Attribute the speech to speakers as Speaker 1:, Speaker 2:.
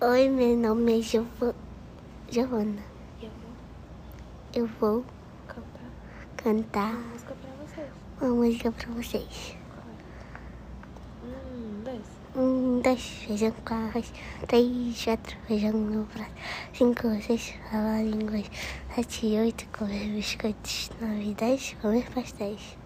Speaker 1: Oi, meu nome é Giov... Giovana. Eu
Speaker 2: Eu vou
Speaker 1: vou
Speaker 2: cantar
Speaker 1: cantar
Speaker 2: uma
Speaker 1: uma música
Speaker 2: música pra vocês.
Speaker 1: pra vocês.
Speaker 2: Qual é? Um, dois.
Speaker 1: Um, dois, feijão com arroz. Três, quatro, feijão no prato. Cinco, seis, falar inglês. Sete, oito, comer biscoitos. Nove, dez, comer pastéis.